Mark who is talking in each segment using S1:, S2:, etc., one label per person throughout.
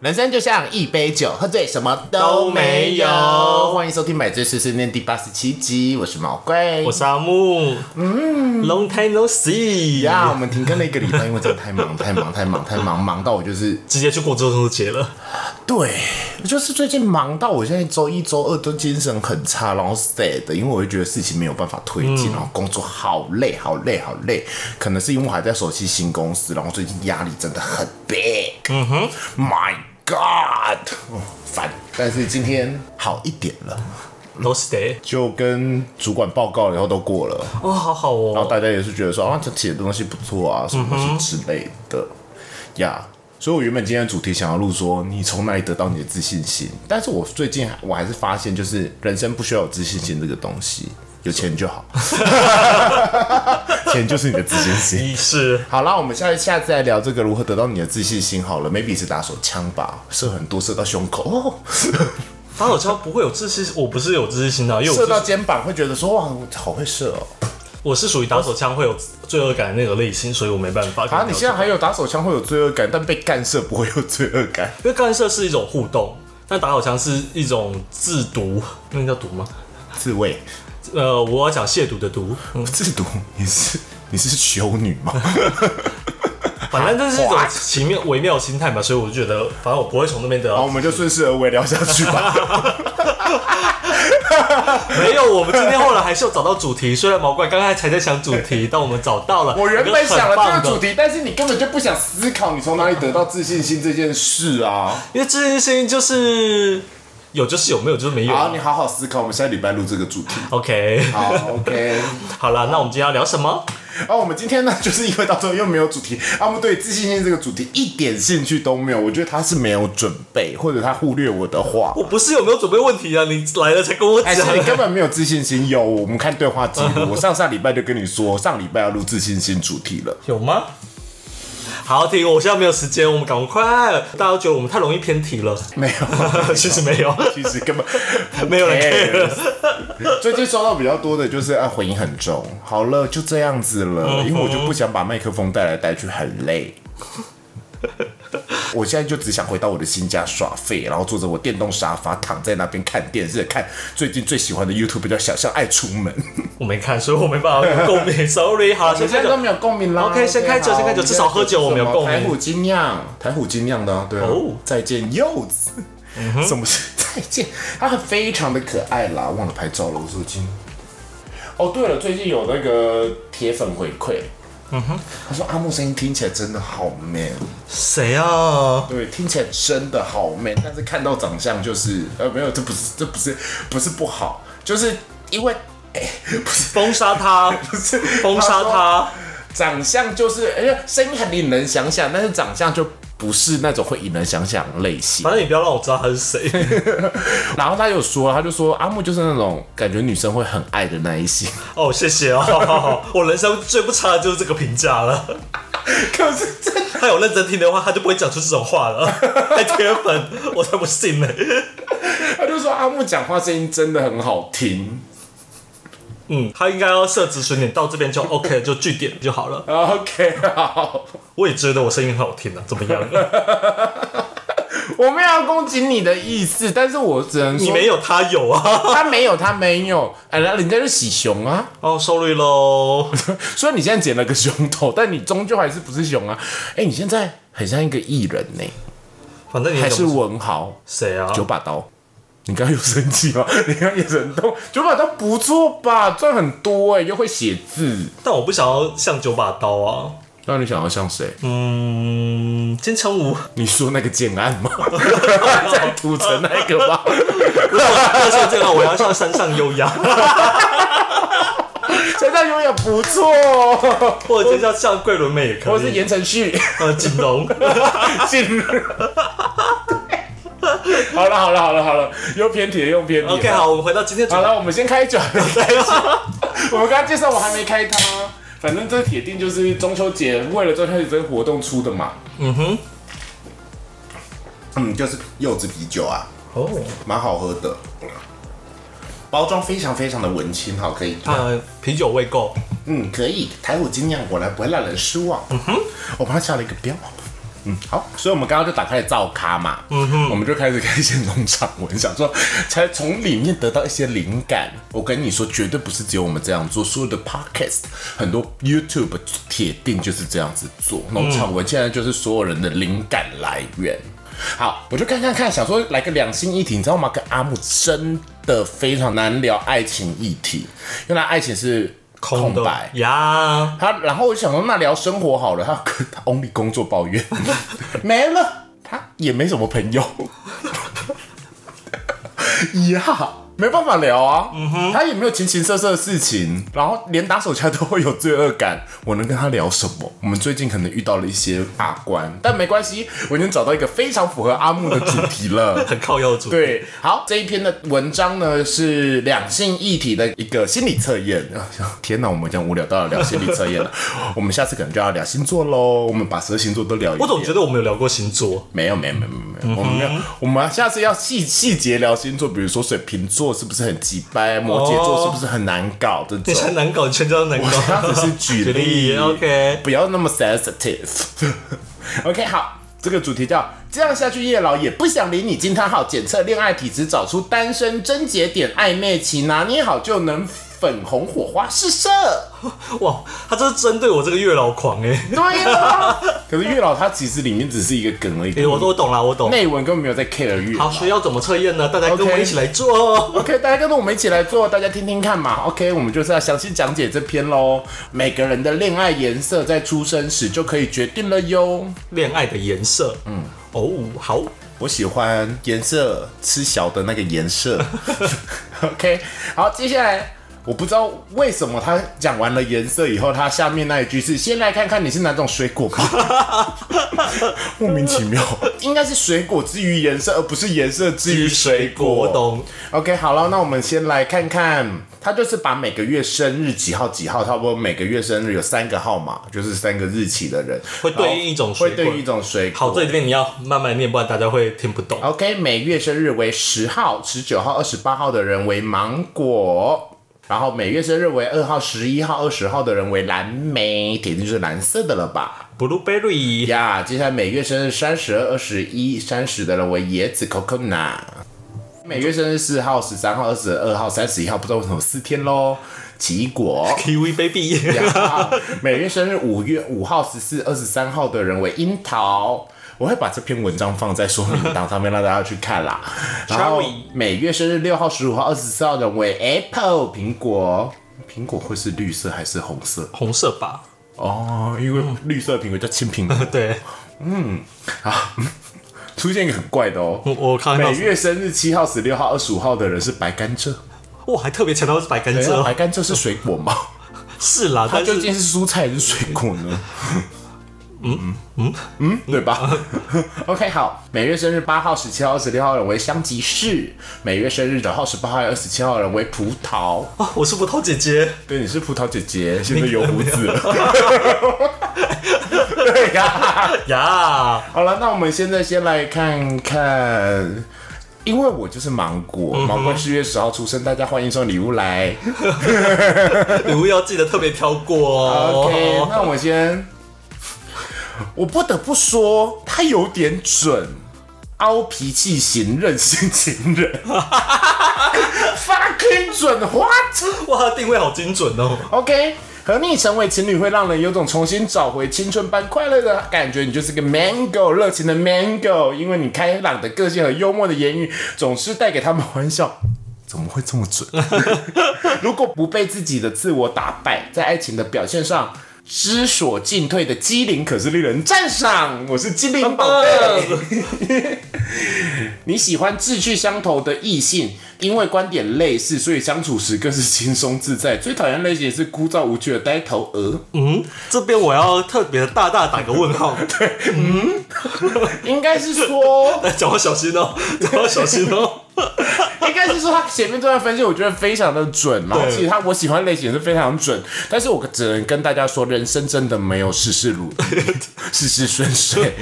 S1: 人生就像一杯酒，喝醉什么
S2: 都
S1: 都
S2: 没
S1: 没
S2: 有
S1: 有。欢迎收听《百醉碎碎念》第八十七集，我是毛贵。
S2: 我是阿木，嗯，Long time no see
S1: 呀，我们停更了一个礼拜，因为真的太忙，太忙，太忙，太忙，忙到我就是
S2: 直接去过中秋节了。
S1: 对，就是最近忙到我现在周一、周二都精神很差，然后 sad，因为我会觉得事情没有办法推进，然后工作好累、好累、好累。可能是因为我还在熟悉新公司，然后最近压力真的很 big。嗯哼，My God，哦烦、但是今天好一点了。
S2: No stay，
S1: 就跟主管报告了以后都过了，
S2: 哦，好好
S1: 然后
S2: 哦，
S1: 大家也是觉得说啊，这写的东西不错啊，什么东西之类的呀。所以我原本今天的主题想要录说你从哪里得到你的自信心，但是我最近还我还是发现，就是人生不需要有自信心这个东西，有钱就好， 钱就是你的自信心。
S2: 一是
S1: 好啦，我们下下次来聊这个如何得到你的自信心好了，maybe 是打手枪吧，射很多射到胸口。哦
S2: 打手枪不会有自信，我不是有自信心的，因为
S1: 射
S2: 我
S1: 到
S2: 是
S1: 肩膀会觉得说哇，我好会射哦！
S2: 我是属于打手枪会有罪恶感的那个类型，所以我没办法。
S1: 啊，你现在还有打手枪会有罪恶感，但被干射不会有罪恶感。
S2: 因为干涉是一种互动，但打手枪是一种自毒，那叫毒吗？
S1: 自卫，
S2: 呃，我要讲亵渎的毒， 嗯
S1: 自毒，你是你是修女吗？
S2: 反正这是一种
S1: What？
S2: 奇妙微妙的心态嘛，所以我就觉得，反正我不会从那边得
S1: 好，
S2: 到
S1: 我。们就顺势而为聊下去 吧。
S2: 没有，我们今天后来还是有找到主题，虽然毛怪刚才才在想主题，但我们找到了。
S1: 我原本想
S2: 有
S1: 了
S2: 一个很棒
S1: 这
S2: 的
S1: 个主，题，但是你根本就不想思考你从哪里得到自信心这件事啊！
S2: 因为这件事情就是有就是有，没有就是没有。
S1: 好，你好好思考，我们下礼拜录这个主题。
S2: OK，
S1: 好，OK。
S2: 好了，那我们今天要聊什么？
S1: 啊，我们今天呢，就是因为到时候又没有主题，啊，我们对自信心这个主题一点兴趣都没有。我觉得他是没有准备，或者他忽略我的话。
S2: 我不是有没有准备问题啊？你来了才跟我
S1: 还
S2: 讲
S1: 是。你根本没有自信心？有，我们看对话记 录。我上上礼拜就跟你说，上礼拜要录自信心主题 了。
S2: 有吗？好，停！我现在没有时间，我们赶快。大家都觉得我们太容易偏题了，
S1: 没有，
S2: 其实没有，
S1: 其实 根本
S2: 没有人 care。
S1: 最近收到比较多的就是啊，回音很重。好了，就这样子
S2: 嗯
S1: 了，因为我就不想把麦克风带来带去，很 累。我现在就只想回到我的新家耍废，然后坐着我电动沙发躺在那边看电视，看最近最喜欢的 YouTube 叫《小象爱出门》。
S2: 我没看，所以我没办法有 共鸣。Sorry，好了，
S1: 我
S2: 先
S1: 现
S2: 开
S1: 在都
S2: 始。
S1: 没有共鸣啦。
S2: 啊 OK，先开酒
S1: 好
S2: 先开酒
S1: 我们
S2: 至少喝酒我们有共
S1: 台
S2: 鸣
S1: 虎精酿，台虎精酿的啊、对啊。
S2: 哦嗯
S1: 再见柚子，什么是 再见？它很非常的可爱啦，忘了拍照了，我手机。哦，对了，最近有那个铁粉回馈。嗯哼，他说阿木声音听起来真的好 man，
S2: 谁啊？
S1: 对，听起来真的好 man，但是看到长相就是，呃，没有，这不是，这不是，不是不好，就是因为，哎、不是
S2: 封杀他，
S1: 是
S2: 封杀他。
S1: 长相就是，哎、呀，声音很引人想想，但是长相就不是那种会引人想想的类型。
S2: 反正你不要让我知道他 是谁。
S1: 然后他有说，他就说阿木就是那种感觉女生会很爱的那一型。
S2: 哦，谢谢哦， 我人生最不差的就是这个评价了。
S1: 可是真的，
S2: 他有认真听的话，他就不会讲出这种话了。 还铁粉，我才不信呢。
S1: 他就说阿木讲话声音真的很好听。
S2: 嗯，他应该要设止损点，到这边就 OK，就据点就好了。
S1: OK，好，
S2: 我也觉得我声音很好听啊，怎么 样？
S1: 我没有要攻击你的意思，但是我只能说
S2: 你没有，他有啊。
S1: 他没有，他没有，哎，那人家就喜熊啊。
S2: 哦，sorry 喽。
S1: 虽然你现在剪了个熊头，但你终究还是不是熊啊。哎，你现在很像一个艺人呢、
S2: 反正你
S1: 还
S2: 也
S1: 是
S2: 懂
S1: 文豪。
S2: 谁啊？
S1: 九把刀。你刚刚有生气吗？ 你刚刚眼神动，九把刀不错吧？赚很多哎、又会写字。
S2: 但我不想要像九把刀啊。
S1: 那你想要像谁？
S2: 嗯，金城武，
S1: 你说那个建案吗？ 在土城那个吗？
S2: 要像这样，我要像山上优雅，
S1: 现在永远不错哦。
S2: 或者叫像桂纶镁也可
S1: 我是
S2: 以。
S1: 言承旭，
S2: 呃，锦龙。
S1: 进入。好了好了好了好了，又偏题了又偏题了。
S2: OK，好，我们回到今天主
S1: 好
S2: 题。
S1: 了，我们先开酒。 我们刚刚介绍，我还没开它。啊反正这铁定就是中秋节为了中秋节这个活动出的嘛。
S2: 嗯哼，
S1: 嗯，就是柚子啤酒啊，
S2: 哦，
S1: 蛮好喝的，包装非常非常的文青，好可以。
S2: 它啤酒未够，
S1: 嗯，可以。台虎精酿果然不会让人失望。嗯哼，我帮他下了一个标。嗯，好，所以我们刚刚就打开了造咖嘛，嗯哼，我们就开始看一些农场文，想说才从里面得到一些灵感。我跟你说，绝对不是只有我们这样做，所有的 podcast 很多 YouTube 铁定就是这样子做。农场文现在就是所有人的灵感来源。好，我就看看看，想说来个两性议题，你知道吗？跟阿木真的非常难聊爱情议题，因为他爱情是空
S2: 的
S1: 白，
S2: 呀，
S1: 他然后我就想说，那聊生活好了，他跟他 only 工作抱怨 没了，他也没什么朋友， 呀，没办法聊啊，他也没有形形色色的事情，然后连打手枪都会有罪恶感，我能跟他聊什么？我们最近可能遇到了一些大关，但没关系，我已经找到一个非常符合阿木的主题了。
S2: 很靠右主。，
S1: 对，好，这一篇的文章呢是两性议题的一个心理测验。啊天哪，我们这样无聊到了聊心理测验 了，我们下次可能就要聊星座喽。我们把十二星座都聊一遍。
S2: 我总觉得我嗯们有聊过星座，
S1: 没有没有没有没有没有，我们没有，我们下次要细细节聊星座，比如说水瓶座是不是很鸡掰，摩羯座是不是很难搞这
S2: 你
S1: 种。
S2: 才难搞，你全家都难
S1: 我刚刚只
S2: 搞。
S1: 是举
S2: 举例
S1: 例
S2: ，OK
S1: 不要那么 sensitive。OK，好，这个主题叫“这样下去叶老也不想理你”。惊叹号，检测恋爱体质，找出单身症结点，暧昧期拿捏好就能粉红火花四射。
S2: 哇，他这是针对我这个月老狂哎、欸！
S1: 对了， 可是月老他其实里面只是一个梗而已，
S2: 哎、我我懂了，我懂。
S1: 内文根本没有在 care 月
S2: 好，
S1: 老。
S2: 所以要怎么测验呢？大家跟我
S1: OK
S2: 一起来做哦。
S1: OK，大家跟着我们一起来做，大家听听看嘛。OK，我们就是要详细讲解这篇喽。每个人的恋爱颜色在出生时就可以决定了哟。
S2: 恋爱的颜色，嗯，哦，好，
S1: 我喜欢颜色吃小的那个颜色。OK，好，接下来我不知道为什么他讲完了颜色以后，他下面那一句是先来看看你是哪种水果吧， 莫名其妙，应该是水果之于颜色，而不是颜色之于水
S2: 我
S1: 果。
S2: 懂。
S1: OK，好了，那我们先来看看，他就是把每个月生日几号几号，差不多每个月生日有三个号码，就是三个日期的人
S2: 会对应一种
S1: 然后
S2: 水
S1: 会
S2: 果
S1: 对应一种水果。
S2: 好，这里面你要慢慢念，不然大家会听不懂。
S1: OK，每月生日为十号、十九号、二十八号的人为芒果，然后每月生日为二号、十一号、二十号的人为蓝莓，铁定就是蓝色的了吧？
S2: Blueberry，
S1: 呀、接下来每月生日三十二、二十一、三十的人为椰子 coconut。每月生日四号、十三号、二十二号、三十一号，不知道为什么四天喽。奇异果，
S2: Kiwi Baby，
S1: 呀 每月生日五月五号、十四、二十三号的人为樱桃。我会把这篇文章放在说明档上面，让大家去看 啦。然后
S2: Cherry
S1: 每月生日六号、十五号、二十四号的人为 Apple 苹果。苹果会是绿色还是红色？
S2: 红色吧？
S1: 哦，因为绿色苹果叫青 苹果
S2: 对，
S1: 啊。出现一个很怪的哦，
S2: 我我看到
S1: 每月生日七号、十六号、二十五号的人是白甘蔗。
S2: 哇，还特别强调是白甘
S1: 哎
S2: 蔗
S1: 呀白
S2: 哦，
S1: 甘蔗是水果吗？
S2: 是啦，
S1: 它
S2: 但
S1: 究
S2: 是
S1: 竟是蔬菜还是水果呢？嗯嗯嗯，对吧 ？OK，好，每月生日八号、十七号、二十六号人为香吉士，每月生日九号、十八号、二十七号人为葡萄。
S2: 啊，我是葡萄姐姐，
S1: 对，你是葡萄姐姐，现在有胡子了。 对呀、
S2: 呀，
S1: 好了，那我们现在先来看看。因为我就是芒果，芒果四月十号出生，大家欢迎送礼物来。
S2: 礼物要记得特别挑过
S1: OK，
S2: 哦。
S1: 那我先，我不得不说，他有点准，凹脾气型任性情人，fucking 准，what？OK，、
S2: 哇，定位好精准哦。
S1: OK，和你成为情侣会让人有种重新找回青春般快乐的感觉，你就是个 mango，热情的 mango，因为你开朗的个性和幽默的言语总是带给他们欢笑。怎么会这么准？如果不被自己的自我打败，在爱情的表现上知所进退的机灵，可是令人赞赏。我是机灵宝
S2: 嗯
S1: 贝。你喜欢志趣相投的异性，因为观点类似，所以相处时更是轻松自在。最讨厌类型是枯燥无趣的呆头鹅。
S2: 嗯， 这边我要特别大大打个问号，
S1: 应该是说，
S2: 讲话小心哦， 讲话小心哦。
S1: 应该是说他前面这段分析，我觉得非常的准。然后
S2: 对
S1: 其实他我喜欢类型是非常准，但是我只能跟大家说，人生真的没有事事 如意，事事顺遂。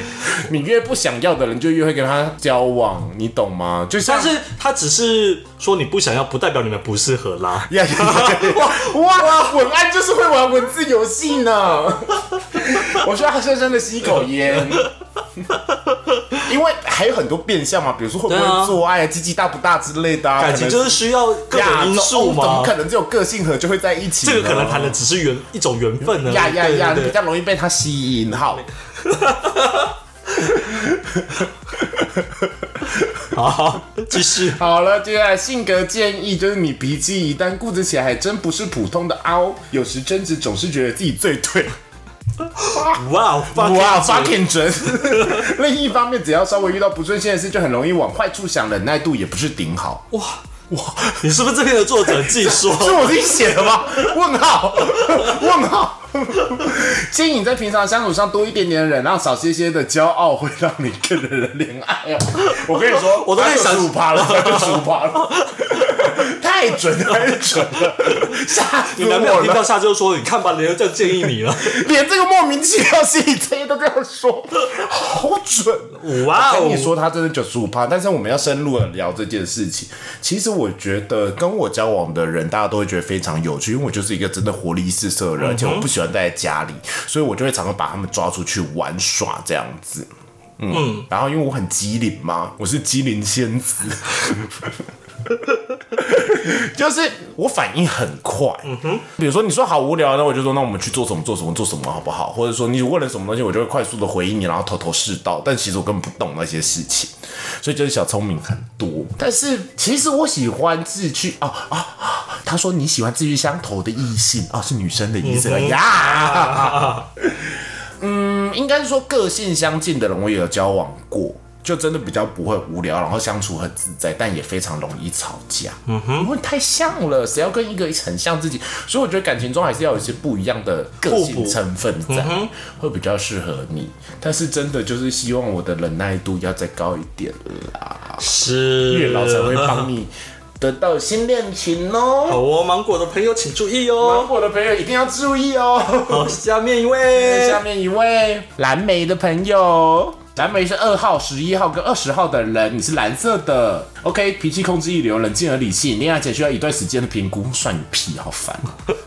S1: 你越不想要的人，就越会跟他交往，你懂吗？就像
S2: 但是 他只是说你不想要，不代表你们不适合啦。
S1: 呀呀呀呀！ 哇哇，文案就是 会玩文字游戏呢。我需要深深的吸一口烟。因为还有很多变相嘛，比如说会不
S2: 对啊
S1: 会做爱、啊、鸡鸡大不大之类的、啊，
S2: 感情就是是需要各种因素
S1: 怎么
S2: 嘛。
S1: 可能只有个性合就会在一起呢？
S2: 这个可能谈的只是缘一种缘分呢。
S1: 呀呀
S2: 对
S1: 呀，
S2: 对
S1: 你
S2: 对
S1: 比较容易被他吸引。好，
S2: 好，继续。
S1: 好了，接下来性格建议就是你脾气一旦固执起来，还真不是普通的凹，有时争执总是觉得自己最 对。
S2: 哇
S1: 哇
S2: 哇
S1: ，fucking 准！ 另一方面，只要稍微遇到不顺心的事，就很容易往坏处想，忍耐度也不是顶好。
S2: 哇哇！你是不是这篇的作 者自己说？
S1: 是我自己写的吗？问号，问号。建议你在平常相处上多一点点忍让，少些些的骄傲，会让你更惹人怜爱啊！我跟你说，
S2: 我都在想
S1: 十五趴 了，就十五趴了，太准了，太准了，吓死
S2: 你
S1: 我
S2: 男朋友听
S1: 了！
S2: 到下就说：“你看吧，人家这样建议你了。
S1: 连这个莫名其妙心理测验都这样说，好准哦！”
S2: 哇
S1: 我
S2: 哦
S1: 跟！你说，他真的九十五趴，但是我们要深入的聊这件事情。其实我觉得跟我交往的人，大家都会觉得非常有趣，因为我就是一个真的活力四射的
S2: 嗯
S1: 人，而且我不喜欢待在家里，所以我就会常常把他们抓出去玩耍这样子。嗯，然后因为我很机灵嘛，我是机灵仙 子，就是我反应很快。嗯哼，比如说你说好无聊，那我就说那我们去做什么做什么做什么好不好？或者说你问了什么东西，我就会快速的回应你，然后头头是道。但其实我根本不懂那些事情，所以就是小聪明很多。但是其实我喜欢志趣啊啊啊！他说你喜欢志趣相投的异性啊，是女生的意思了呀。嗯，应该说个性相近的人，我也有交往过。就真的比较不会无聊，然后相处很自在，但也非常容易吵架。嗯哼，因为太像了，谁要跟一个很像自己？所以我觉得感情中还是要有一些不一样的个
S2: 互
S1: 性
S2: 补
S1: 成分在，会比较适合你。但是真的就是希望我的忍耐度要再高一点啦，
S2: 是
S1: 月老才会帮你得到新恋情
S2: 好
S1: 哦。
S2: 哦，芒果的朋友请注意哦。
S1: 芒果的朋友一定要注意哦。
S2: 好，下面一位
S1: 下，面一位蓝莓的朋友，蓝莓是二号、十一号跟二十号的人，你是蓝色的。OK，脾气控制一流，冷静而理性，恋爱前需要一段时间的评估，算你屁，好烦。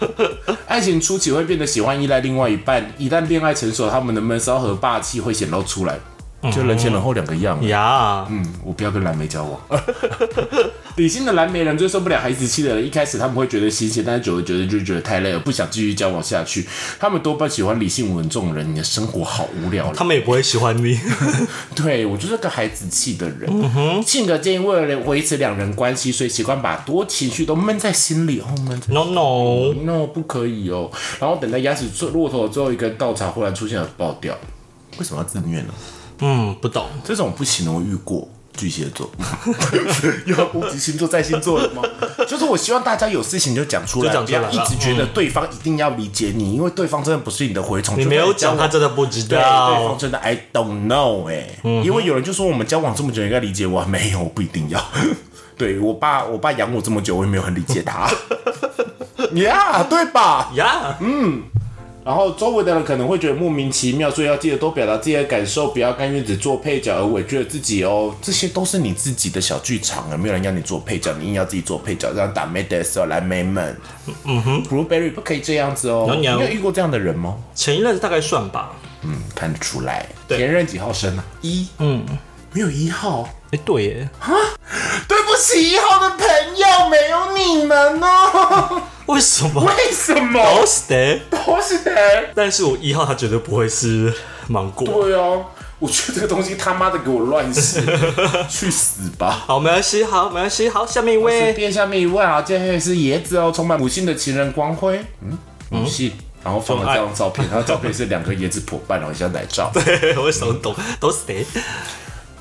S1: 哦 爱情初期会变得喜欢依赖另外一半，一旦恋爱成熟，他们的闷骚和霸气会显露出来，嗯就人前人后两个样。
S2: 呀，
S1: 嗯，我不要跟蓝莓交往。 理性的蓝莓人最受不了孩子气的人，一开始他们会觉得新鲜，但是久而久之就觉得太累了，不想继续交往下去。他们多半喜欢理性稳重的人，你的生活好无聊了。
S2: 他们也不会喜欢你。
S1: 对我就是个孩子气的人，性格建议为了维持两人关系，所以习惯把多情绪都闷在心里，哦，闷在。
S2: No no，
S1: no 不可以哦，然后等到牙齿最骆驼的最后一根稻草忽然出现了爆掉，为什么要自虐呢？
S2: 嗯，不懂。
S1: 这种不行的我遇过。巨蟹座 又要攻击星座在星座了吗？ 就是我希望大家有事情就讲出来，
S2: 就讲
S1: 不
S2: 出来
S1: 要一直觉得对方一定要理解你，因为对方真的不是你的蛔虫。
S2: 你
S1: 就
S2: 没
S1: 算
S2: 有讲，
S1: 交
S2: 他
S1: 往
S2: 真的不知
S1: 对对方
S2: 道。
S1: 真的 I don't know 哎、
S2: 嗯
S1: 因为有人就说我们交往这么久应该理解我，没有，我不一定要。 对我爸，我爸养我这么久，我也没有很理解 他。 呀，对吧？
S2: 呀，
S1: 然后周围的人可能会觉得莫名其妙，所以要记得多表达自己的感受，不要甘愿只做配角而委屈了自己哦。这些都是你自己的小剧场啊，没有人要你做配角，你硬要自己做配角，这样打妹的时候来妹们。嗯哼，Blueberry 不可以这样子哦。
S2: 娘
S1: 你
S2: 娘
S1: 有遇过这样的人吗？
S2: 前一任大概算吧。
S1: 嗯，看得出来。
S2: 对
S1: 前任几号生啊？一。
S2: 嗯，
S1: 没有一号。
S2: 哎，对耶，
S1: 对不起，一号的朋友没有你们哦。
S2: 为什 么？
S1: 为什
S2: 好
S1: 么？
S2: 死的。
S1: 我是谁？
S2: 但是我一号他绝对不会是芒果。
S1: 对哦，我觉得这个东西他妈的给我乱 写，去死吧！
S2: 好，没关系，好，没关系，好，下面一
S1: 随
S2: 位。
S1: 便下面一位啊，接下来是椰子哦，充满母性的情人光辉，嗯，母性。然后放了这张照片，他的照片是两个椰子伙伴，然后一张奶照。
S2: 我什么懂？都是谁？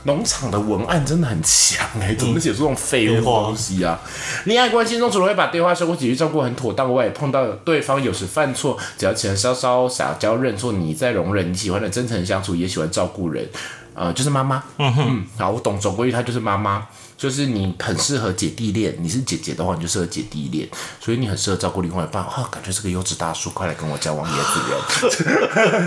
S1: 农场的文案真的很强哎、怎么写出这种废物的东西啊？恋爱关系中，除了会把对话生活起居照顾很妥当外，碰到对方有时犯错，只要钱稍稍撒娇认错，你再容忍，你喜欢的真诚相处，也喜欢照顾人，呃，就是妈妈。嗯哼，好，我懂，总归她就是妈妈。就是你很适合姐弟恋，你是姐姐的话，你就适合姐弟恋，所以你很适合照顾另外一半。啊，感觉是个优质大叔，快来跟我交往，椰子人。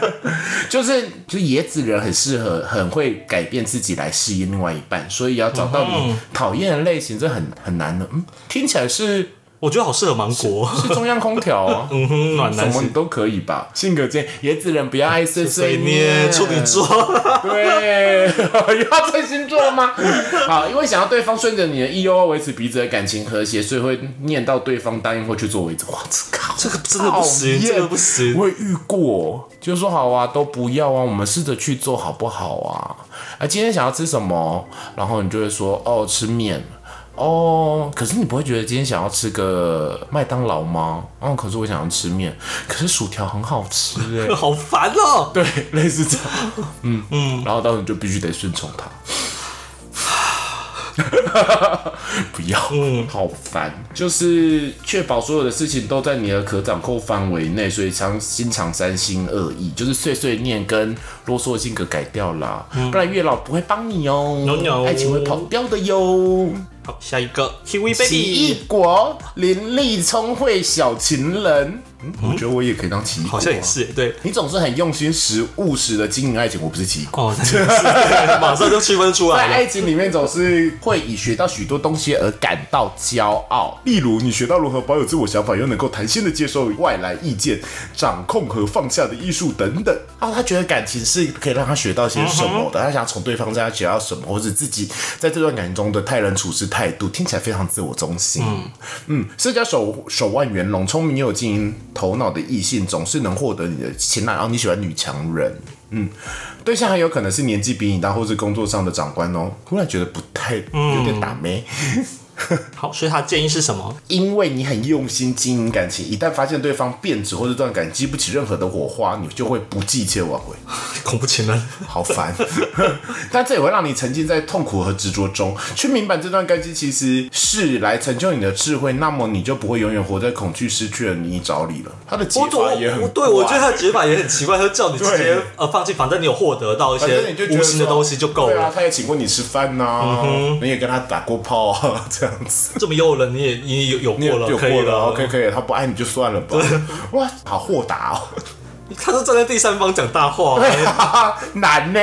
S1: 就是就是野子人很适合，很会改变自己来适嗯 应另外一半，所以要找到你讨厌的类型，这很很难的。嗯，听起来是
S2: 我觉得好适合芒果，
S1: 是中央空调 啊，
S2: 嗯哼，暖
S1: 什
S2: 男
S1: 么
S2: 型
S1: 你都可以吧。性格健，也只能不要爱碎碎
S2: 水捏
S1: 念。
S2: 处女座，
S1: 对， 又要猜星座了吗？ 好，因为想要对方顺着你的意又要维持彼此的感情和谐，所以会念到对方答应或去做为止。哇，这靠！
S2: 这个真的不行，这个不行。
S1: 我也遇过，就是说好啊，都不要啊，我们试着去做好不好啊？啊，今天想要吃什么，然后你就会说哦，吃面。哦，可是你不会觉得今天想要吃个麦当劳吗？哦，可是我想要吃面，可是薯条很好吃哎、
S2: 好烦哦、
S1: 对，类似这样，嗯嗯，然后到时候你就必须得顺从他， 不要，嗯，好烦，就是确保所有的事情都在你的可掌控范围内，所以常经常三心二意，就是碎碎念跟啰嗦性格改掉啦，不然月老不会帮你哦、
S2: No, no
S1: 爱情会跑掉的哟。
S2: 好，下一个 Kiwi
S1: 奇
S2: Baby，
S1: 异果，伶俐聪慧小情人，嗯，我觉得我也可以当奇异果、
S2: 好像也。是耶，对，
S1: 你总是很用心、实务实的经营爱情，我不是奇异果。
S2: 哦，真的 是马上就区分出
S1: 在
S2: 来了。
S1: 爱情里面，总是会以学到许多东西而感到骄傲。例如，你学到如何保有自我想法，又能够弹性的接受外来意见，掌控和放下的艺术等等。嗯啊，他觉得感情是可以让他学到些什么的，他想从对方身上学到什么，或者自己在这段感情中的待人处事态度，听起来非常自我中心。嗯，社交手手腕圆融、聪明又有经营头脑的异性，总是能获得你的青睐。然后你喜欢女强人，嗯，对象还有可能是年纪比你大，或是工作上的长官哦。突然觉得不太
S2: 嗯
S1: 有点打咩。
S2: 好，所以他建议是什么？
S1: 因为你很用心经营感情，一旦发现对方变质或者这段感情激不起任何的火花，你就会不计一切挽回，
S2: 恐怖情人。
S1: 好烦。 但这也会让你沉浸在痛苦和执着中，去明白这段感情其实是来成就你的智慧，那么你就不会永远活在恐惧、失去了泥沼里了。他的解
S2: 我
S1: 法也
S2: 我
S1: 很
S2: 我对我觉
S1: 怪
S2: 得他的解法也很奇怪，他叫你直接
S1: 对
S2: 呃放弃，反正你有获得到一
S1: 反正
S2: 些
S1: 你就觉得
S2: 无形的
S1: 说
S2: 东西就够
S1: 对啊
S2: 了，，嗯
S1: 他也请过你吃饭呐、你也跟他打过炮啊， 这样子。
S2: 这么诱人你也你有有
S1: 你也
S2: 过了，
S1: 有
S2: 可
S1: 过
S2: 以
S1: 了，OK
S2: 了。
S1: 可以了，他不爱你就算了 吧。哇，好豁达哦，
S2: 他是站在第三方讲大话，啊
S1: 难呢。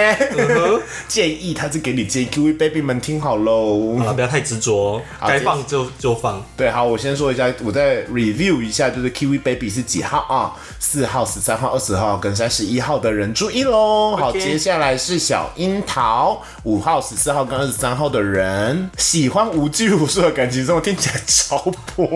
S1: 建议他是给你建议，Q V baby 们听好喽。
S2: 啊，不要太执着，
S1: 好
S2: 该
S1: 接
S2: 放就就放。
S1: 对，好，我先说一下，我再 review 一下，就是 Kiwi Baby 是几号啊？四号、十三号、二十号跟三十一号的人注意喽。好
S2: OK
S1: 接下来是小樱桃，五号、十四号跟二十三号的人，喜欢无拘无束的感情生活，听起来超破，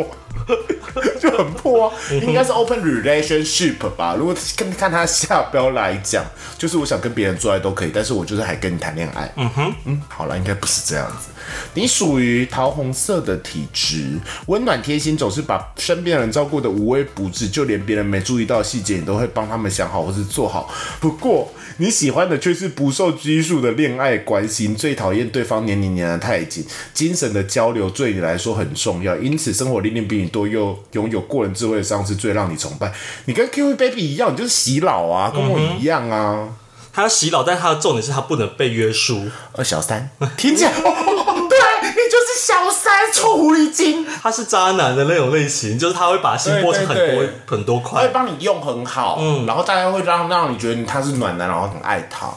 S1: 就很破、啊，应该是 open relationship 吧？如果看看他下标来讲，就是我想跟别人做爱都可以，但是我就是还跟你谈恋爱。嗯哼，嗯，好了，应该不是这样子。你属于桃红色的体质，温暖贴心，总是把身边人照顾的无微不至，就连别人没注意到的细节，你都会帮他们想好或是做好。不过你喜欢的却是不受拘束的恋爱关系，你最讨厌对方黏你黏得太紧，精神的交流对你来说很重要，因此生活历练比你多又拥有过人智慧的上司最让你崇拜。你跟 Q Baby 一样，你就是洗脑啊，跟我一样啊。
S2: 他要洗脑，但他的重点是他不能被约束。
S1: 呃，小三，听起来，哦哦对你就是小三，臭狐狸精。
S2: 他是渣男的那种类型，就是他会把心剥成很
S1: 对
S2: 多
S1: 对对
S2: 很多
S1: 他会
S2: 块。
S1: 帮你用很好，然后大家会让让你觉得他是暖男，然后很爱他，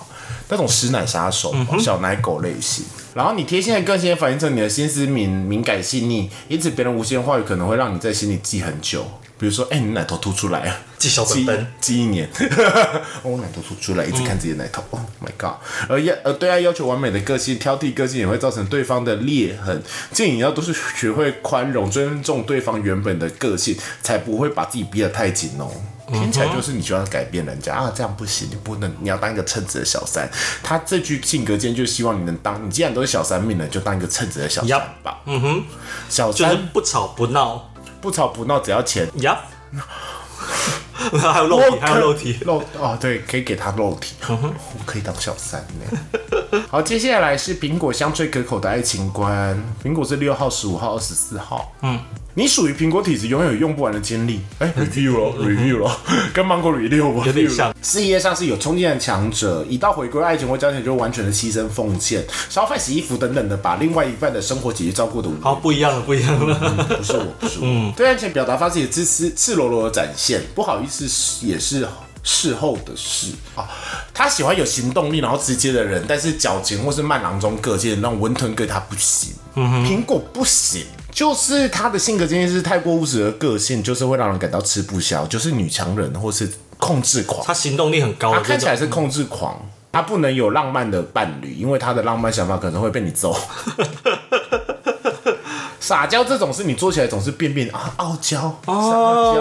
S1: 那种实奶杀手、小奶狗类型。然后你贴心的个性也反映成你的心思敏敏感细腻，因此别人无心的话语可能会让你在心里记很久。比如说，哎、你奶头凸出来啊，
S2: 记小本
S1: 记
S2: 本
S1: 记一年， 哦，我奶头凸出来，一直看自己的奶头、o
S2: 嗯
S1: h my god！而要呃，对爱要求完美的个性、挑剔个性也会造成对方的裂痕，建议你要都是学会宽容、尊重对方原本的个性，才不会把自己逼得太紧哦。
S2: 嗯
S1: 听起来就是你喜欢改变人家啊，这样不行，你不能，你要当一个称职的小三。他这句性格间就希望你能当，你既然都是小三命了，你就当一个称职的小三
S2: Yup
S1: 吧。嗯哼，小
S2: 就是
S1: 三
S2: 不吵不闹
S1: 不吵不闹，只要钱，
S2: 呀。还有肉体，还有肉体。嗯
S1: 肉哦，对，可以给他肉体，我可以当小三 呢。好，接下来是苹果香脆可口的爱情观，苹果是六号、十五号、二十四号，嗯。你属于苹果体质，拥有用不完的精力。哎、r e v i e w 咯 r e v i e w 咯，跟芒果 review 吧
S2: 有点像。
S1: 事业上是有冲劲的强者，一到回归爱情或家庭就完全的牺牲奉献，烧饭、洗衣服等等的，把另外一半的生活解决照顾的无
S2: 好，不一样了，不一样了。
S1: 不是我，不是我。对爱情表达方式也支持赤裸裸的展现，不好意思是也是事后的事啊。他喜欢有行动力然后直接的人，但是矫情或是慢郎中个性，让文吞哥他不行，苹果不行。就是她的性格今天是太过务实的个性，就是会让人感到吃不消，就是女强人或是控制狂。
S2: 他行动力很高
S1: 她
S2: 的
S1: 啊
S2: 这
S1: 看起来
S2: 种，
S1: 是控制狂，她不能有浪漫的伴侣，因为她的浪漫想法可能会被你 揍。撒娇这种事，你做起来总是变变啊，傲娇，
S2: 哦
S1: 撒娇，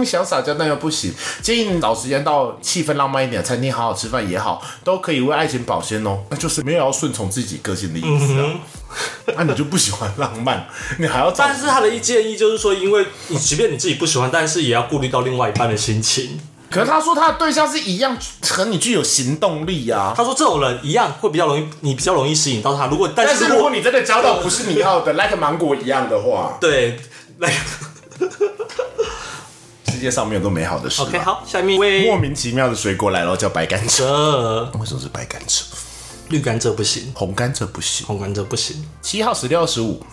S1: 嗯，想撒娇但又不行。建议你找时间到气氛浪漫一点的餐厅，好好吃饭也好，都可以为爱情保鲜哦。那就是没有要顺从自己个性的意思啊。那、你就不喜欢浪漫，你还要找
S2: 嗯但是他的一建议就是说，因为你即便你自己不喜欢，但是也要顾虑到另外一半的心情。
S1: 可是他说他的对象是一样和你具有行动力啊。
S2: 他说这种人一样会比较容易，你比较容易吸引到他。如果但
S1: 但
S2: 是
S1: 是
S2: 如
S1: 如
S2: 果
S1: 果你真的交到不是你要的，like 芒果一样的话，
S2: 对，来
S1: 世界上没有多美好的事啊。
S2: ，OK，好，下面一
S1: 莫
S2: 位
S1: 名其妙的水果来了，叫白甘蔗。
S2: 这
S1: 为什么是白甘蔗？
S2: 绿甘蔗不行，
S1: 红甘蔗不行。
S2: 红甘蔗不行，
S1: 七号、十六、十五，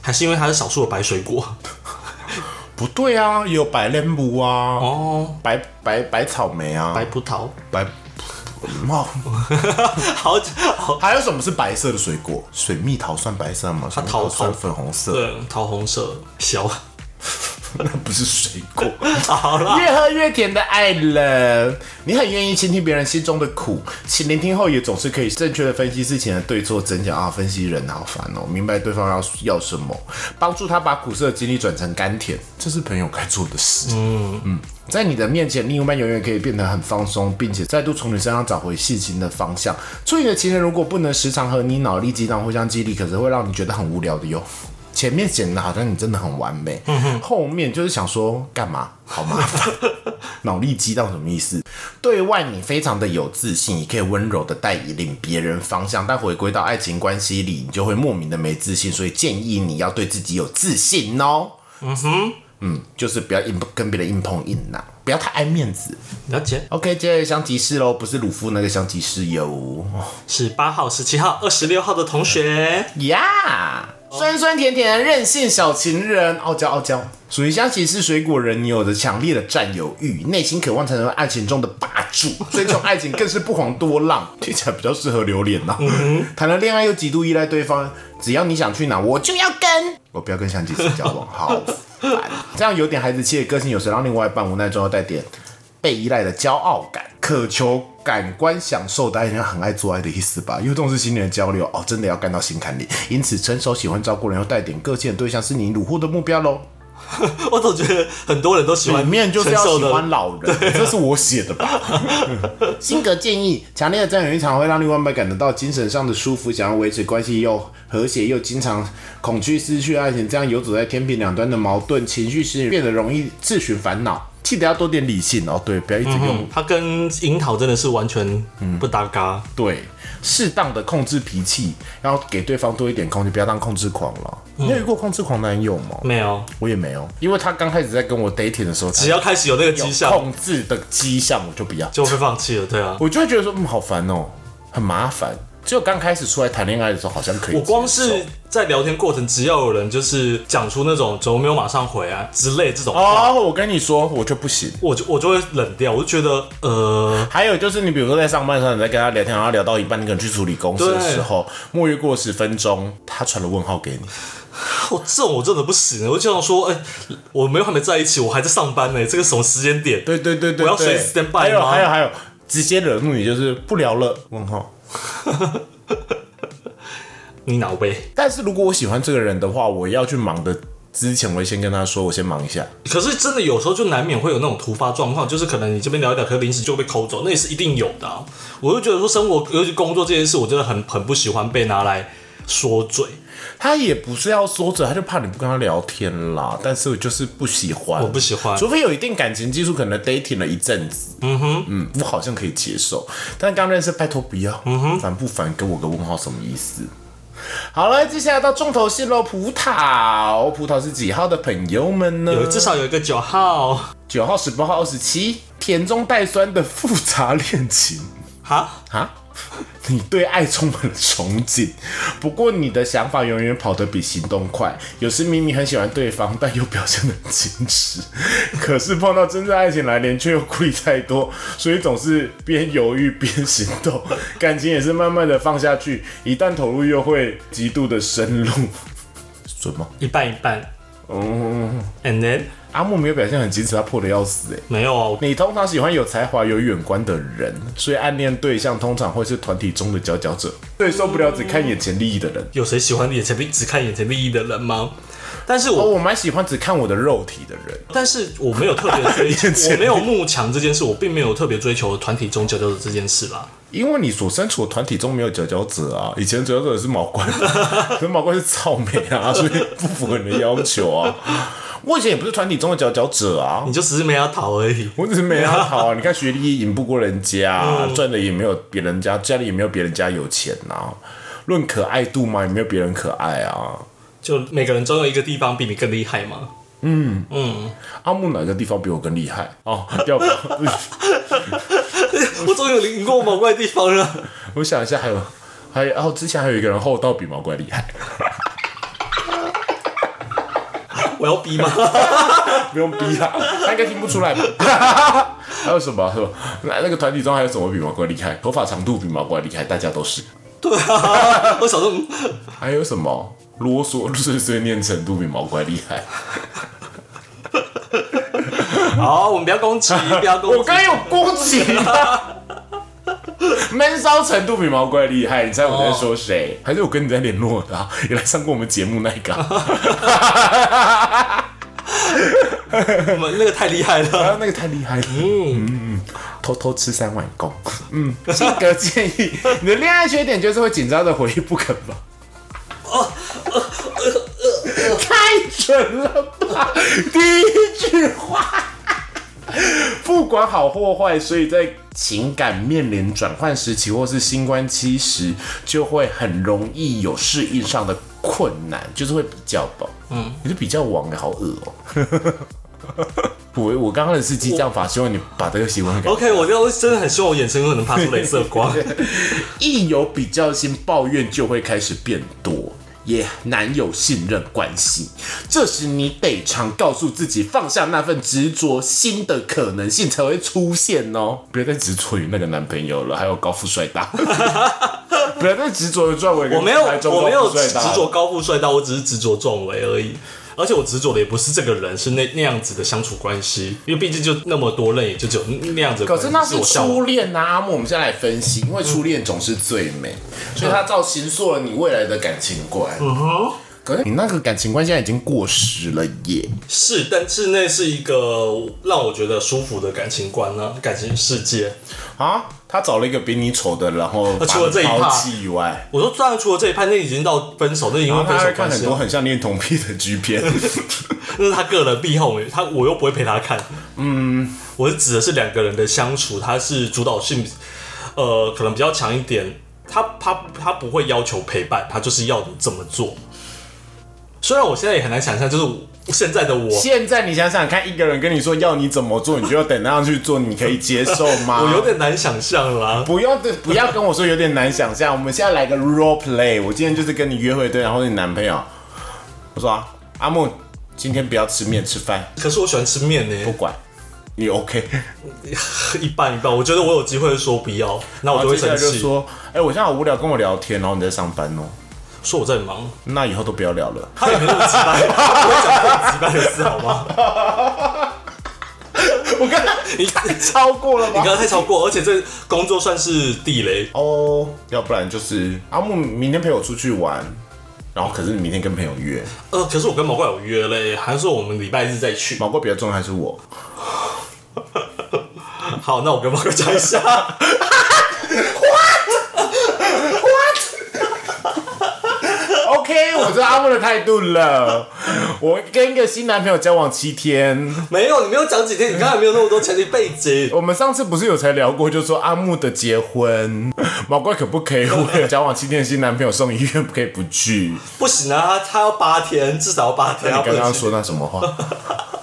S2: 还是因为它是少数的白水果
S1: 不对啊，也有白莲雾啊，
S2: 哦，
S1: 白白白草莓啊，
S2: 白葡萄，
S1: 白哦，
S2: 好好
S1: 还有什么是白色的水果？水蜜桃算白色吗？它
S2: 桃
S1: 算粉红色，
S2: 对，桃红色小，
S1: 那不是水果。
S2: 好啦，
S1: 越喝越甜的爱人，你很愿意倾听别人心中的苦，请聆听后也总是可以正确的分析事情的对错真假啊。分析人好烦哦，明白对方要要什么，帮助他把苦涩的经历转成甘甜，这是朋友该做的事。嗯嗯，在你的面前，另一半永远可以变得很放松，并且再度从你身上找回事情的方向。做你的情人如果不能时常和你脑力激荡、互相激励，可是会让你觉得很无聊的哟。前面显得好像你真的很完美，后面 就是想说干嘛？好麻烦，脑力激荡什么意思？对外你非常的有自信，也可以温柔的带领别人方向，但回归到爱情关系里，你就会莫名的没自信。所以建议你要对自己有自信哦。嗯哼，嗯，就是不要硬跟别人硬碰硬啦、不要太爱面子。
S2: 了解
S1: OK，接下来香吉士喽，不是鲁夫那个香吉士哟。哦
S2: 十八号、十七号、二十六号的同学，
S1: 呀、酸酸甜甜的任性小情人，傲娇傲娇，属于香吉士水果人，你有着强烈的占有欲，内心渴望成为爱情中的霸主，追求爱情更是不遑多让。听起来比较适合榴莲呐、哦谈了恋爱又极度依赖对方，只要你想去哪，我就要跟。我不要跟香吉士交往，好烦。这样有点孩子气的个性，有时让另外一半无奈中又带点被依赖的骄傲感，渴求感官享受的爱人很爱做爱的意思吧，因为重视心灵的交流哦，真的要干到心坎里。因此，成熟喜欢照顾人又带点个性的对象是你虏获的目标喽。
S2: 我总觉得很多人都喜
S1: 里
S2: 欢
S1: 面就是要
S2: 承受
S1: 喜
S2: 的
S1: 欢老人，这是我写的 吧？嗯 性格建议：强烈的占有欲常会让另外一半感得到精神上的舒服，想要维持关系又和谐，又经常恐惧失去爱情，这样游走在天平两端的矛盾情绪时，变得容易自寻烦恼。记得要多点理性哦，对，不要一直用
S2: 嗯，他跟樱桃真的是完全
S1: 嗯
S2: 不搭嘎。
S1: 对，适当的控制脾气，然后给对方多一点空间，不要当控制狂了。你有遇过控制狂男友吗？
S2: 没有，
S1: 我也没有，嗯因为他刚开始在跟我 dating 的时候，
S2: 只要开始有那个迹
S1: 有
S2: 象，
S1: 控制的迹象，我就不要，
S2: 就会放弃了。对啊，
S1: 我就会觉得说，嗯，好烦哦，很麻烦。只有刚开始出来谈恋爱的时候，好像可以接受。
S2: 我光是在聊天过程，只要有人就是讲出那种“怎么没有马上回啊”之类这种话，
S1: 哦，我跟你说，我就不行。
S2: 我就我就会冷掉，我就觉得呃，
S1: 还有就是，你比如说在上班的时候，你在跟他聊天，然后聊到一半，你可能去处理公司的
S2: 对
S1: 时候，默约过十分钟，他传了问号给你。
S2: 我这种我真的不行，我就想说，哎、我们又还没在一起，我还在上班呢、这个什么时间点？
S1: 对对对对，
S2: 我要
S1: 对
S2: 随时 stand by
S1: 还有
S2: 吗
S1: 还有还有，直接惹怒你就是不聊了。问号。
S2: 你哪位？
S1: 但是如果我喜欢这个人的话，我要去忙的之前，我会先跟他说，我先忙一下。
S2: 可是真的有时候就难免会有那种突发状况，就是可能你这边聊一聊，可是临时就被抠走，那也是一定有的啊、我就觉得说生活，尤其工作这件事，我真的很很不喜欢被拿来说嘴。
S1: 他也不是要说着，他就怕你不跟他聊天啦。但是我就是不喜欢，
S2: 我不喜欢
S1: 除非有一定感情基础，可能 dating 了一阵子，嗯哼，嗯，我好像可以接受。但刚认识，拜托不要，嗯哼，烦不烦？给我个问号，什么意思？好了，接下来到重头戏喽，葡萄，葡萄是几号的朋友们呢？
S2: 有至少有一个九号，
S1: 九号、十八号、二十七，甜中带酸的复杂恋情
S2: 哈，
S1: 啊！ 你对爱充满了憧憬，不过你的想法永远跑得比行动快。有时明明很喜欢对方，但又表现得很矜持， 可是碰到真正爱情来临，却又顾虑太多，所以总是边犹豫边行动， 感情也是慢慢的放下去，一旦投入又会极度的深入。准吗？
S2: 一半一半。
S1: 嗯，
S2: And then
S1: 阿木没有表现很矜持，他破的要死哎、
S2: 没有啊，我
S1: 你通常喜欢有才华、有远观的人，所以暗恋对象通常会是团体中的佼佼者，对受不了只看眼前利益的人。
S2: 有谁喜欢眼前利只看眼前利益的人吗？但是
S1: 哦，
S2: 我、
S1: 我蛮喜欢只看我的肉体的人。
S2: 但是我没有特别追
S1: 眼前
S2: 求，
S1: 利
S2: 我
S1: 益
S2: 没有慕强这件事，我并没有特别追求团体中佼佼者这件事啦。
S1: 因为你所身处的团体中没有佼佼者啊，以前佼佼者是毛冠， 可是毛冠是草莓啊，所以不符合你的要求啊。我以前也不是团体中的佼佼者啊
S2: 你，就只是没要逃而已。
S1: 我只是没他好啊。你看学历也赢不过人家、啊，赚的也没有别人家，家里也没有别人家有钱啊。论可爱度嘛，也没有别人可爱啊。
S2: 就每个人总有一个地方比你更厉害嘛。
S1: 阿木哪个地方比我更厉害？哦，要不
S2: 我总有赢过某怪地方了。
S1: 我想一下，还有还有哦，之前还有一个人厚道比毛怪厉害，
S2: 我要逼吗？
S1: 不用逼啊他，他应该听不出来吧？ 还有什么？是吧？那那个团体中还有什么比毛怪厉害？头发长度比毛怪厉害，大家都是。
S2: 对啊，我小时候嗯
S1: 还有什么啰嗦碎碎念程度比毛怪厉 害？
S2: 好，我们不要攻击，不要攻
S1: 我
S2: 击。
S1: 刚有攻击 他。闷骚程度比毛怪厉害，你猜我在说谁？还是我跟你在联络的、啊？也来上过我们节目那个啊、
S2: 我们那个太厉害了。
S1: 啊，那个太厉害了。嗯偷偷吃三碗公。嗯，性格建议，你的恋爱缺点就是会紧张的回忆不肯吧。哦呃 太准了吧！第一句话，不管好或坏，所以在情感面临转换时期或是新关期时，就会很容易有适应上的困难，就是会比较吧。嗯，你是比较王的，好恶哦、 我我刚刚的是激将法，希望你把这个习惯改。
S2: OK，我就真的很希望我眼神有可能发出镭射光。
S1: 一有比较心，抱怨就会开始变多，也难有信任关系。这时你得常告诉自己，放下那份执着，新的可能性才会出现哦。不要再执着于那个男朋友了，还有高富帅 大。不要再执着于赚我一个
S2: 我没有，
S1: 台中
S2: 我没
S1: 高
S2: 有
S1: 富帅
S2: 执
S1: 大
S2: 着高富帅到，我只是执着壮伟而已。而且我执着的也不是这个人，是那那样子的相处关系，因为毕竟就那么多人，也就只有那样子的
S1: 可
S2: 关系。
S1: 是那是
S2: 我向往
S1: 初恋啊，阿木，我们现在来分析，因为初恋总是最美，所以它造形塑了你未来的感情观。嗯哼，可是你那个感情观现在已经过时了耶。
S2: 是，但是那是一个让我觉得舒服的感情观呢、感情世界。
S1: 啊，他找了一个比你丑的，然 后
S2: 除了
S1: 把
S2: 这
S1: 你
S2: 一
S1: 抛
S2: 趴
S1: 弃以外，
S2: 我说，当然除了这一派，那已经到分手，那已经
S1: 然后
S2: 分
S1: 他
S2: 手
S1: 还看
S2: 关
S1: 很
S2: 系
S1: 多
S2: 了，
S1: 很像恋童癖的 G 片，
S2: 那是他个人癖好，我他我又不会陪他看。嗯，我是指的是两个人的相处，他是主导性，呃，可能比较强一点。他他他不会要求陪伴，他就是要你这么做。虽然我现在也很难想象，就是我现在的我，
S1: 现在你想想看，一个人跟你说要你怎么做，你就要等那样去做，你可以接受吗？
S2: 我有点难想象啦。
S1: 不要的，不要跟我说有点难想象。我们现在来个 role play，我今天就是跟你约会对象或者你男朋友，我说、啊、阿木，今天不要吃面吃饭，
S2: 可是我喜欢吃面呢、
S1: 不管。你 OK，
S2: 一半一半，我觉得我有机会说不要，那我
S1: 然
S2: 就
S1: 后
S2: 会
S1: 接下来
S2: 生
S1: 就
S2: 气，说
S1: 说，哎、我现在好无聊，跟我聊天，然后你在上班哦，
S2: 我在忙。
S1: 那以后都不要聊了。
S2: 他也没那么直白，我会讲更直白的事 好吗？
S1: 我刚刚
S2: 你
S1: 太超过了
S2: 你
S1: 吧？
S2: 刚刚太超过，而且这工作算是地雷。
S1: 哦，要不然就是阿木明天陪我出去玩，然后可是你明天跟朋友 约，
S2: 呃，可是我跟毛怪有约嘞，还是说我们礼拜日再去。
S1: 毛怪比较重要还是我？
S2: 好，那我跟毛怪讲一下。
S1: OK，我知道阿木的态度了。我跟一个新男朋友交往七天，
S2: 没有，你没有讲几天，你刚才没有那么多前提背景。
S1: 我们上次不是有才聊过，就说阿木的结婚， 毛怪可不可以为了交往七天的新男朋友送医院，不可以不去？
S2: 不行啊，他他要八天，至少要八
S1: 那
S2: 天。
S1: 你
S2: 他不
S1: 刚
S2: 能
S1: 刚
S2: 去
S1: 说那什么话？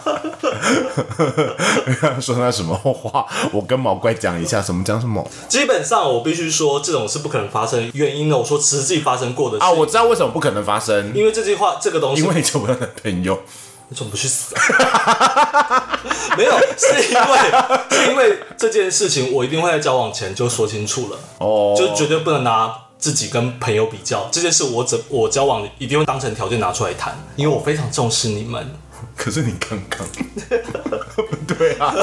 S1: 你刚刚说那什么话？我跟毛怪讲一下，什么讲什么。
S2: 基本上我必须说，这种是不可能发生。原因呢，我说实际发生过的事，
S1: 啊，我知道为什么不可能发生，
S2: 因为这句话这个东西
S1: 因为你交不到男朋 友。
S2: 你怎么不去死、啊？ 没有，是因为是因为这件事情，我一定会在交往前就说清楚了，
S1: 哦，
S2: 就是绝对不能拿自己跟朋友比较这件事我，怎我交往一定会当成条件拿出来谈，因为我非常重视你们。
S1: 可是你刚刚， 对啊，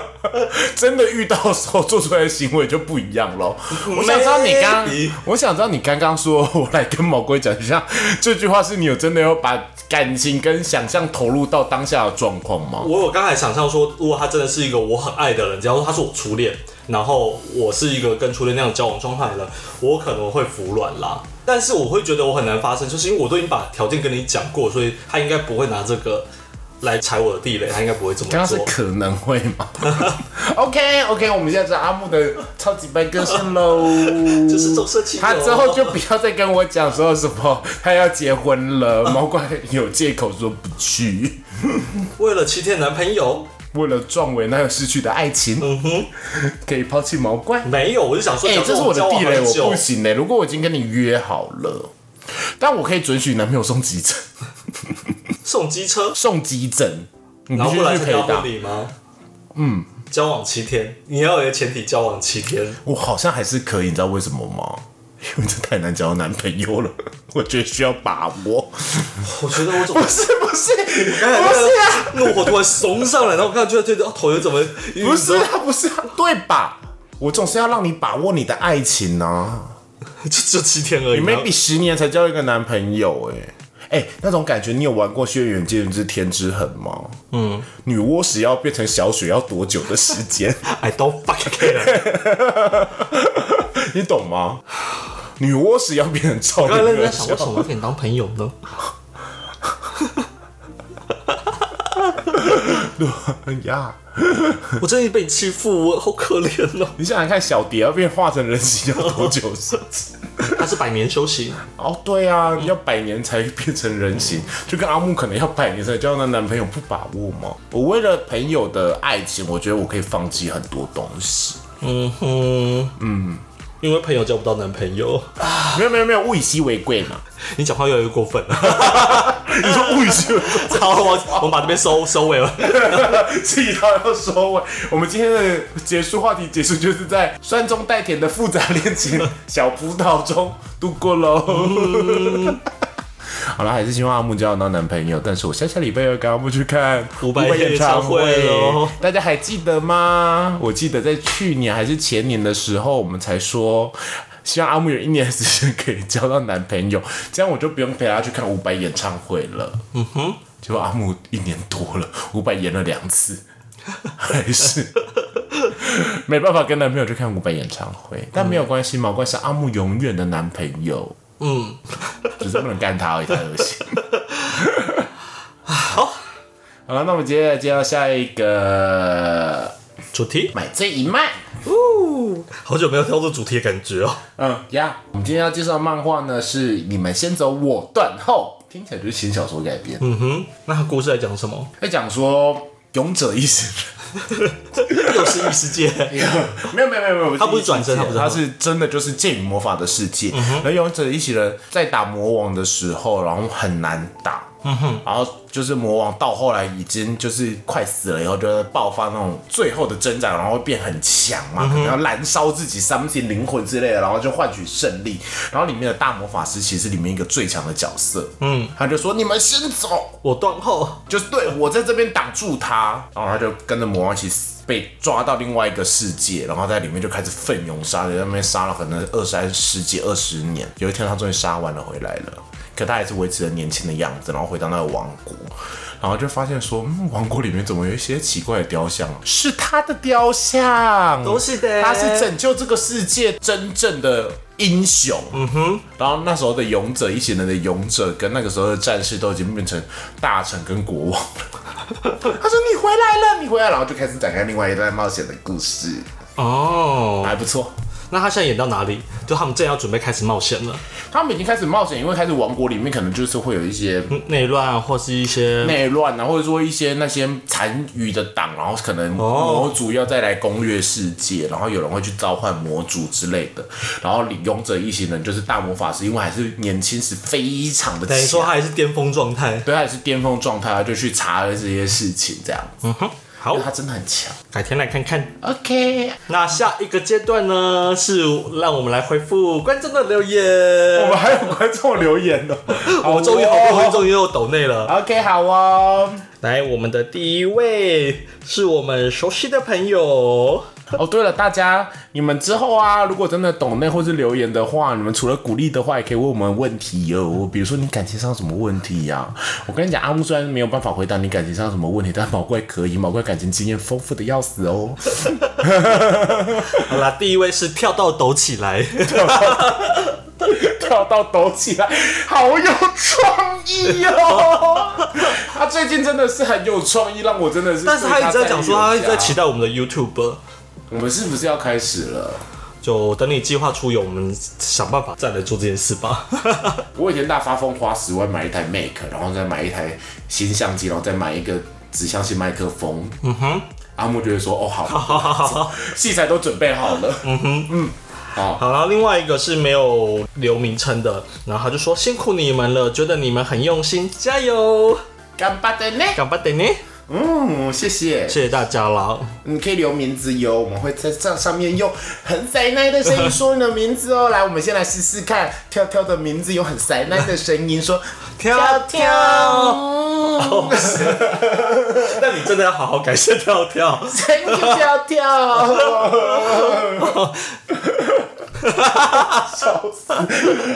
S1: 真的遇到的时候做出来的行为就不一样咯。我想知道你刚
S2: Maybe，
S1: 我想知道你刚刚说，我来跟毛龟讲一下，这句话是你有真的要把感情跟想象投入到当下的状况吗？
S2: 我有刚才想象说，如果他真的是一个我很爱的人，假如说他是我初恋，然后我是一个跟初恋那样的交往状态的人，我可能会服软啦。但是我会觉得我很难发生，就是因为我都已经把条件跟你讲过，所以他应该不会拿这个来踩我的地雷，他应该不会这么
S1: 刚刚是
S2: 做。
S1: 可能会 吗？OK OK，我们现在知道阿木的超级白歌声喽，
S2: 就是走色情的哦
S1: 他之后就不要再跟我讲说什么他要结婚了，毛怪有借口说不去。
S2: 为了欺骗男朋友，
S1: 为了撞围那个失去的爱情，
S2: 嗯哼，
S1: 可以抛弃毛怪。
S2: 没有，我就想说，
S1: 哎、
S2: 假
S1: 这
S2: 如
S1: 是
S2: 说
S1: 我的
S2: 交往
S1: 地雷，
S2: 很久
S1: 我不行嘞、如果我已经跟你约好了，但我可以准许男朋友送急诊，
S2: 送机车，
S1: 送急诊，你
S2: 然
S1: 必须
S2: 后不然
S1: 去
S2: 参
S1: 陪
S2: 加
S1: 打
S2: 婚。礼吗？嗯，交往七天，你要有一个前提，交往七天。
S1: 我好像还是可以，你知道为什么吗？ 因为这太难交男朋友了， 我觉得需要把握。
S2: 我觉得我怎
S1: 不
S2: 么
S1: 是不是
S2: 刚才
S1: 不是啊，
S2: 那个怒火突然怂上来，然后我看到就觉得哦，头有怎么
S1: 不是啊，不是啊，对吧？我总是要让你把握你的爱情啊。
S2: 就就七天而
S1: 你
S2: 已嘛。
S1: maybe 十年才交一个男朋友、哎，哎，那种感觉，你有玩过《轩辕剑之天之痕》吗？嗯，女巫石要变成小雪要多久的时 间？
S2: I don't fucking care。
S1: 你懂吗？女巫石要变成超
S2: 刚才
S1: 人
S2: 在
S1: 的
S2: 想，
S1: 时
S2: 为什
S1: 候，
S2: 么要跟你当朋友呢？
S1: 哎呀，
S2: 我真的被你欺负，我好可怜哦。
S1: 你想想看，小蝶要变化成人形要多久 时间？
S2: 他是百年修行，
S1: 哦，对啊，要百年才变成人形，就跟阿木可能要百年才交到男朋友，不把握吗？我为了朋友的爱情，我觉得我可以放弃很多东西。
S2: 嗯哼，嗯，因为朋友交不到男朋友，
S1: 没有没有没有，物以稀为贵嘛。
S2: 你讲话越来越过分了。
S1: 你说物以稀为贵。
S2: 好，我我们把这边收收尾了。
S1: 自己到要收尾。我们今天的结束话题结束就是在酸中带甜的复杂恋情小葡萄中度过喽。 好了，还是希望阿木交得到男朋友，但是我下下礼拜要跟阿木去看
S2: 伍佰
S1: 伍佰
S2: 演
S1: 演
S2: 唱
S1: 唱
S2: 会
S1: 会
S2: 喽
S1: 大家还记得吗？我记得在去年还是前年的时候，我们才说。希望阿木有一年的时间可以交到男朋友，这样我就不用陪他去看伍佰演唱会了。嗯哼，结果阿木一年多了，伍佰演了两次，还是 没办法跟男朋友去看伍佰演唱会，但没有关系，毛怪是阿木永远的男朋友，
S2: 嗯，
S1: 只是不能干他而已，太恶心。好，好了，那我们接着接到下一个
S2: 主题，
S1: 买这一卖。
S2: 哦，好久没有挑出主题的感觉哦。
S1: 嗯呀，我们今天要介绍的漫画呢是《你们先走我断后》，听起来就是新小说改编，
S2: 嗯哼，那他故事在讲什么？
S1: 在讲说勇者一生。
S2: 又是异世界。
S1: 没有没有没有没有，
S2: 他不是转身他不是嗯
S1: 他是真的就是剑与魔法的世界。然后勇者一起人在打魔王的时候，然后很难打。
S2: 嗯
S1: 然后就是魔王到后来已经就是快死了以后，就会爆发那种最后的挣扎，然后会变很强
S2: 嗯
S1: 嘛，可能要燃烧自己 something 灵魂之类的，然后就换取胜利。然后里面的大魔法师其实是里面一个最强的角色，嗯，他就说你们先走，
S2: 我断后，
S1: 就是对我在这边挡住他，然后他就跟着魔王一起被抓到另外一个世界，然后在里面就开始奋勇杀人，在那边杀了可能二三十几二十年。有一天他终于杀完了回来了，可他还是维持着年轻的样子，然后回到那个王国，然后就发现说，嗯，王国里面怎么有一些奇怪的雕像啊？是他的雕像，
S2: 都是的
S1: 他是拯救这个世界真正的英雄。嗯哼，然后那时候的勇者，一行人的勇者跟那个时候的战士都已经变成大臣跟国王了。他说：“你回来了，你回来了。”然后就开始展开另外一段冒险的故事，
S2: 哦，
S1: 还不错。
S2: 那他现在演到哪里？就他们正要准备开始冒险了，
S1: 他们已经开始冒险，因为开始王国里面可能就是会有一些
S2: 嗯内乱或是一些
S1: 内乱啊，或者说一些那些残余的党，然后可能魔族要再来攻略世界，然后有人会去召唤魔族之类的，然后领勇者一行人就是大魔法师，因为还是年轻时非常的
S2: 等于说
S1: 强，
S2: 他还是巅峰状态。
S1: 对，他也是巅峰状态，他就去查了这些事情这样子。
S2: 好
S1: 因为他真的很强。
S2: 嗯改天来看看。
S1: OK，
S2: 那下一个阶段呢，是让我们来回复观众的留言。
S1: 我们还有观众留言 呢，
S2: 我们终于好不容易终于又抖内了。
S1: OK，好哦。
S2: 来，我们的第一位是我们熟悉的朋友，
S1: 哦，对了，大家你们之后啊，如果真的懂内或是留言的话，你们除了鼓励的话，也可以问我们问题哦。比如说你感情上有什么问题呀、我跟你讲，阿木虽然没有办法回答你感情上有什么问题，但毛怪可以，毛怪感情经验丰富的要死哦。
S2: 好啦，第一位是跳到抖起来，
S1: 跳到抖起来，好有创意哦！他最近真的是很有创意，让我真的是。
S2: 但是他一直在讲说他一直在期
S1: 待。
S2: 待我们的 YouTube，
S1: 我们是不是要开始了？
S2: 就等你计划出游，我们想办法再来做这件事吧。
S1: 我以前大发疯花十万买一台 Mac，然后再买一台新相机，然后再买一个指向性麦克风。嗯哼，阿木觉得说哦好，器材都准备好了。嗯哼，嗯，好，
S2: 好，然后另外一个是没有留名称的，然后他就说辛苦你们了，觉得你们很用心，加油，
S1: 干巴的呢？
S2: 干巴点呢，
S1: 嗯，谢谢，
S2: 谢谢大家啦。
S1: 你可以留名字哟，我们会在这上面用很塞奶的声音说你的名字哦。来，我们先来试试看，跳跳的名字用很塞奶的声音说
S2: 跳跳，那你真的要好好感谢跳跳。
S1: ，Thank you 跳跳。笑死！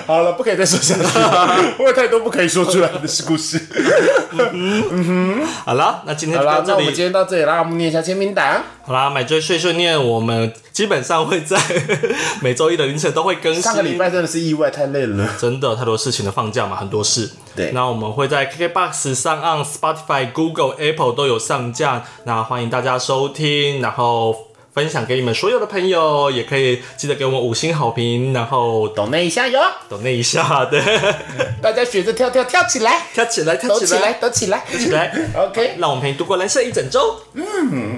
S1: 好了，不可以再说下去了，我有太多不可以说出来的故事。
S2: 好啦，那今天
S1: 好
S2: 就到
S1: 啦，那
S2: 这
S1: 我们
S2: 里。
S1: 今天到这里啦，我们念一下签名档。
S2: 好啦，买追碎碎念，我们基本上会在 每周一的凌晨都会更新。
S1: 上个礼拜真的是意外太累了。
S2: 真的太多事情的放假嘛，很多事。
S1: 对
S2: 那我们会在 KKBox 上岸、Spotify、Google、Apple 都有上架，那欢迎大家收听，然后分享给你们所有的朋友，也可以记得给我们五星好评，然后
S1: 懂那一下哟，
S2: 抖那一下，对，
S1: 大家学着跳跳跳起来，
S2: 跳起来，跳
S1: 抖
S2: 起
S1: 起
S2: 来，
S1: 来，抖起来，
S2: 起来
S1: OK。
S2: 让我们陪你度过蓝色一整周。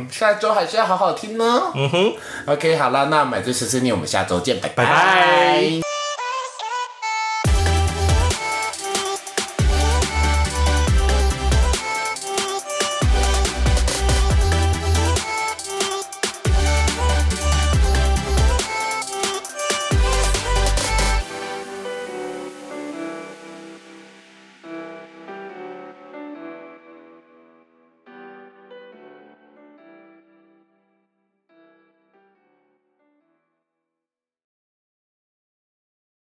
S1: 下周还是要好好听呢。嗯哼，OK，好了，那买醉十四年，我们下周见，拜
S2: 拜拜